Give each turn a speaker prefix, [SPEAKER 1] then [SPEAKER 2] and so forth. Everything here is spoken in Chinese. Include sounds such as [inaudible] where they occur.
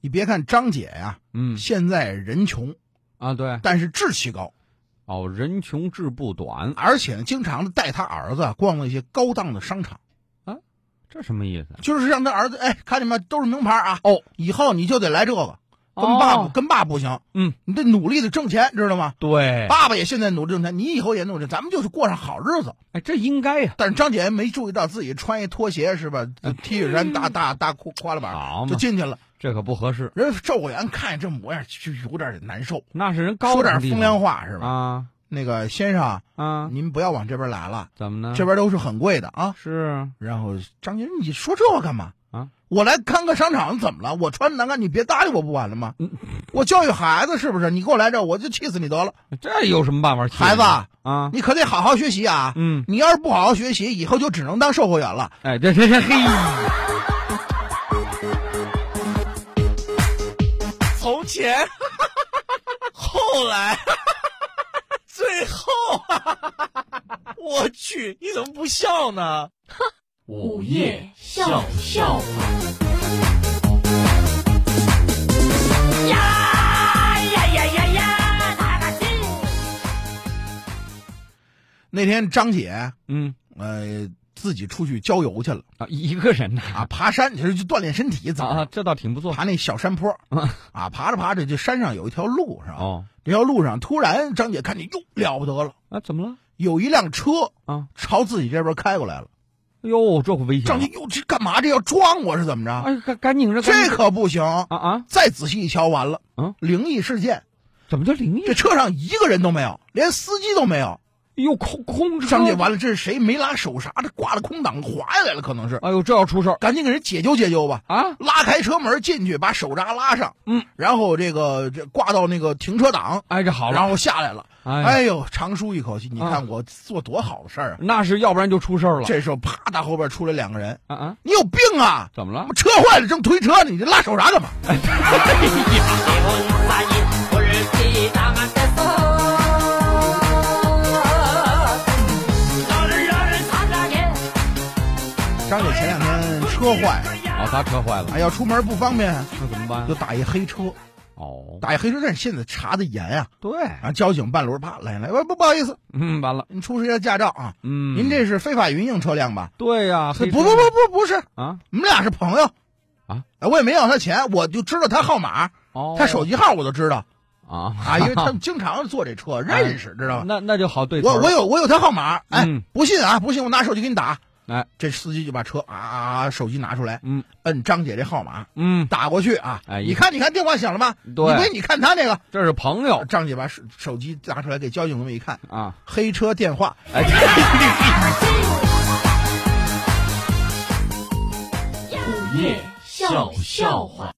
[SPEAKER 1] 你别看张姐呀、
[SPEAKER 2] 嗯
[SPEAKER 1] 现在人穷，
[SPEAKER 2] 啊，对，
[SPEAKER 1] 但是志气高，
[SPEAKER 2] 哦，人穷志不短，
[SPEAKER 1] 而且呢，经常的带他儿子啊逛了一些高档的商场，
[SPEAKER 2] 这什么意思？
[SPEAKER 1] 就是让他儿子，哎，看见没，都是名牌啊，
[SPEAKER 2] 哦，
[SPEAKER 1] 以后你就得来这个，跟爸爸、
[SPEAKER 2] 哦
[SPEAKER 1] 跟爸不行，
[SPEAKER 2] 嗯，哎
[SPEAKER 1] 你得努力的挣钱，知道吗？
[SPEAKER 2] 对，
[SPEAKER 1] 爸爸也现在努力挣钱，你以后也努力，咱们就是过上好日子。
[SPEAKER 2] 哎，这应该呀、
[SPEAKER 1] 但是张姐没注意到自己穿一拖鞋是吧？就 T 恤衫、大大大裤、花了板，
[SPEAKER 2] 嗯好
[SPEAKER 1] 啊就
[SPEAKER 2] 嘛，
[SPEAKER 1] 进去了。
[SPEAKER 2] 这可不合适，
[SPEAKER 1] 人售货员看见这模样就有点难受，
[SPEAKER 2] 那是人高
[SPEAKER 1] 说点
[SPEAKER 2] 尚地
[SPEAKER 1] 风
[SPEAKER 2] 方
[SPEAKER 1] 凉话是吧？
[SPEAKER 2] 啊
[SPEAKER 1] 那个先生啊，
[SPEAKER 2] 啊，
[SPEAKER 1] 您不要往这边来了，
[SPEAKER 2] 怎么呢？
[SPEAKER 1] 这边都是很贵的啊。
[SPEAKER 2] 是
[SPEAKER 1] 然后张姐，你说这话干嘛
[SPEAKER 2] 啊？
[SPEAKER 1] 我来看个商场怎么了？我穿难看，你别搭理我不完了吗？
[SPEAKER 2] 嗯
[SPEAKER 1] 我教育孩子是不是？你给我来这儿，我就气死你得了。
[SPEAKER 2] 这有什么办法去？
[SPEAKER 1] 孩子啊，
[SPEAKER 2] 啊，
[SPEAKER 1] 你可得好好学习啊！
[SPEAKER 2] 嗯，
[SPEAKER 1] 你要是不好好学习，以后就只能当售货员了。
[SPEAKER 2] 哎，这这这嘿，
[SPEAKER 3] 从
[SPEAKER 1] [laughs]
[SPEAKER 3] 前，后来，最后，
[SPEAKER 1] [laughs]
[SPEAKER 3] 我去，你怎么不笑呢？
[SPEAKER 4] 午夜笑笑话。
[SPEAKER 1] 那天张姐，
[SPEAKER 2] 嗯
[SPEAKER 1] 呃，自己出去郊游
[SPEAKER 2] [laughs]
[SPEAKER 1] 去了
[SPEAKER 2] 啊，一个人呢
[SPEAKER 1] 啊，爬山去去锻炼身体，早
[SPEAKER 2] 啊，
[SPEAKER 1] 上
[SPEAKER 2] 这倒挺不错
[SPEAKER 1] 爬那小山
[SPEAKER 2] [laughs]
[SPEAKER 1] 坡啊，爬着爬着，这山上有一条路是吧？
[SPEAKER 2] 哦。
[SPEAKER 1] 这条路上突然张姐看见，哟，了不得了，
[SPEAKER 2] 啊，怎么了？
[SPEAKER 1] 有一辆车
[SPEAKER 2] 啊，
[SPEAKER 1] 朝自己这边开过来了。
[SPEAKER 2] 哎呦，这可危险
[SPEAKER 1] 张
[SPEAKER 2] 了！
[SPEAKER 1] 姐，哟，这干嘛？这要撞我是怎么着？
[SPEAKER 2] 哎，赶赶紧着，赶紧
[SPEAKER 1] 这可不行！
[SPEAKER 2] 啊啊，
[SPEAKER 1] 再仔细一瞧，完了，
[SPEAKER 2] 嗯，
[SPEAKER 1] 灵异事件，
[SPEAKER 2] 怎么叫灵异
[SPEAKER 1] 这？车上一个人都没有，连司机都没有。
[SPEAKER 2] 哎呦，空空车！
[SPEAKER 1] 张姐，完了，这是谁没拉手刹？这挂了空档滑下来了，可能是，
[SPEAKER 2] 哎呦，这要出事儿
[SPEAKER 1] 赶紧给人解救解救吧。
[SPEAKER 2] 啊！
[SPEAKER 1] 拉开车门进去，把手刹拉上，
[SPEAKER 2] 嗯，
[SPEAKER 1] 然后这个这挂到那个停车档，
[SPEAKER 2] 哎，这好了，
[SPEAKER 1] 然后下来了。
[SPEAKER 2] 哎
[SPEAKER 1] 哎呦，长舒一口气，你
[SPEAKER 2] 啊
[SPEAKER 1] 看我做多好的事儿啊！
[SPEAKER 2] 那是要不然就出事儿了。
[SPEAKER 1] 这时候啪，打后边出来两个人，
[SPEAKER 2] 啊啊，
[SPEAKER 1] 你有病啊！
[SPEAKER 2] 怎么了？
[SPEAKER 1] 车坏了，正推车呢，你这拉手刹干嘛？张姐前两天车坏，
[SPEAKER 2] 哦，
[SPEAKER 4] [laughs]
[SPEAKER 2] 他车坏了，
[SPEAKER 1] 哎，要出门不方便，
[SPEAKER 2] 那怎么办啊
[SPEAKER 1] 就？打一黑车，
[SPEAKER 2] 哦，
[SPEAKER 1] 打一黑车，但是现在查的严啊，
[SPEAKER 2] 对，
[SPEAKER 1] 啊，交警半轮啪来来，喂，不不好意思，
[SPEAKER 2] 嗯，完了，
[SPEAKER 1] 您出示一下驾照啊，
[SPEAKER 2] 嗯，
[SPEAKER 1] 您这是非法营运车辆吧？
[SPEAKER 2] 对呀，
[SPEAKER 1] 不
[SPEAKER 2] 黑
[SPEAKER 1] 不
[SPEAKER 2] 车
[SPEAKER 1] 不不不是，我
[SPEAKER 2] 啊，
[SPEAKER 1] 们俩是朋友
[SPEAKER 2] 啊，
[SPEAKER 1] 哎我也没要他钱，我就知道他号码，
[SPEAKER 2] 哦，
[SPEAKER 1] 他手机号我都知
[SPEAKER 2] [laughs]
[SPEAKER 1] 道
[SPEAKER 2] 啊，
[SPEAKER 1] 啊，因
[SPEAKER 2] [laughs]
[SPEAKER 1] 为他们经常坐这车，认识知道吧？
[SPEAKER 2] 那哎那就好对头
[SPEAKER 1] 我
[SPEAKER 2] 了。
[SPEAKER 1] 我有我有他号码，哎，
[SPEAKER 2] 嗯
[SPEAKER 1] 不信啊，不信我拿手机给你打。
[SPEAKER 2] 哎，
[SPEAKER 1] 这司机就把车啊啊啊手机拿出来，
[SPEAKER 2] 嗯
[SPEAKER 1] 摁张姐这号码
[SPEAKER 2] 嗯，
[SPEAKER 1] 打过去啊。
[SPEAKER 2] 哎
[SPEAKER 1] 你看你看电话响了吗？
[SPEAKER 2] 对
[SPEAKER 1] 你不信你看他那个。
[SPEAKER 2] 这是朋友
[SPEAKER 1] 张姐把手手机拿出来给交警那么一看，
[SPEAKER 2] 啊，
[SPEAKER 1] 黑车电
[SPEAKER 2] [laughs]
[SPEAKER 1] 话。
[SPEAKER 2] 哎，
[SPEAKER 4] 午夜笑笑话。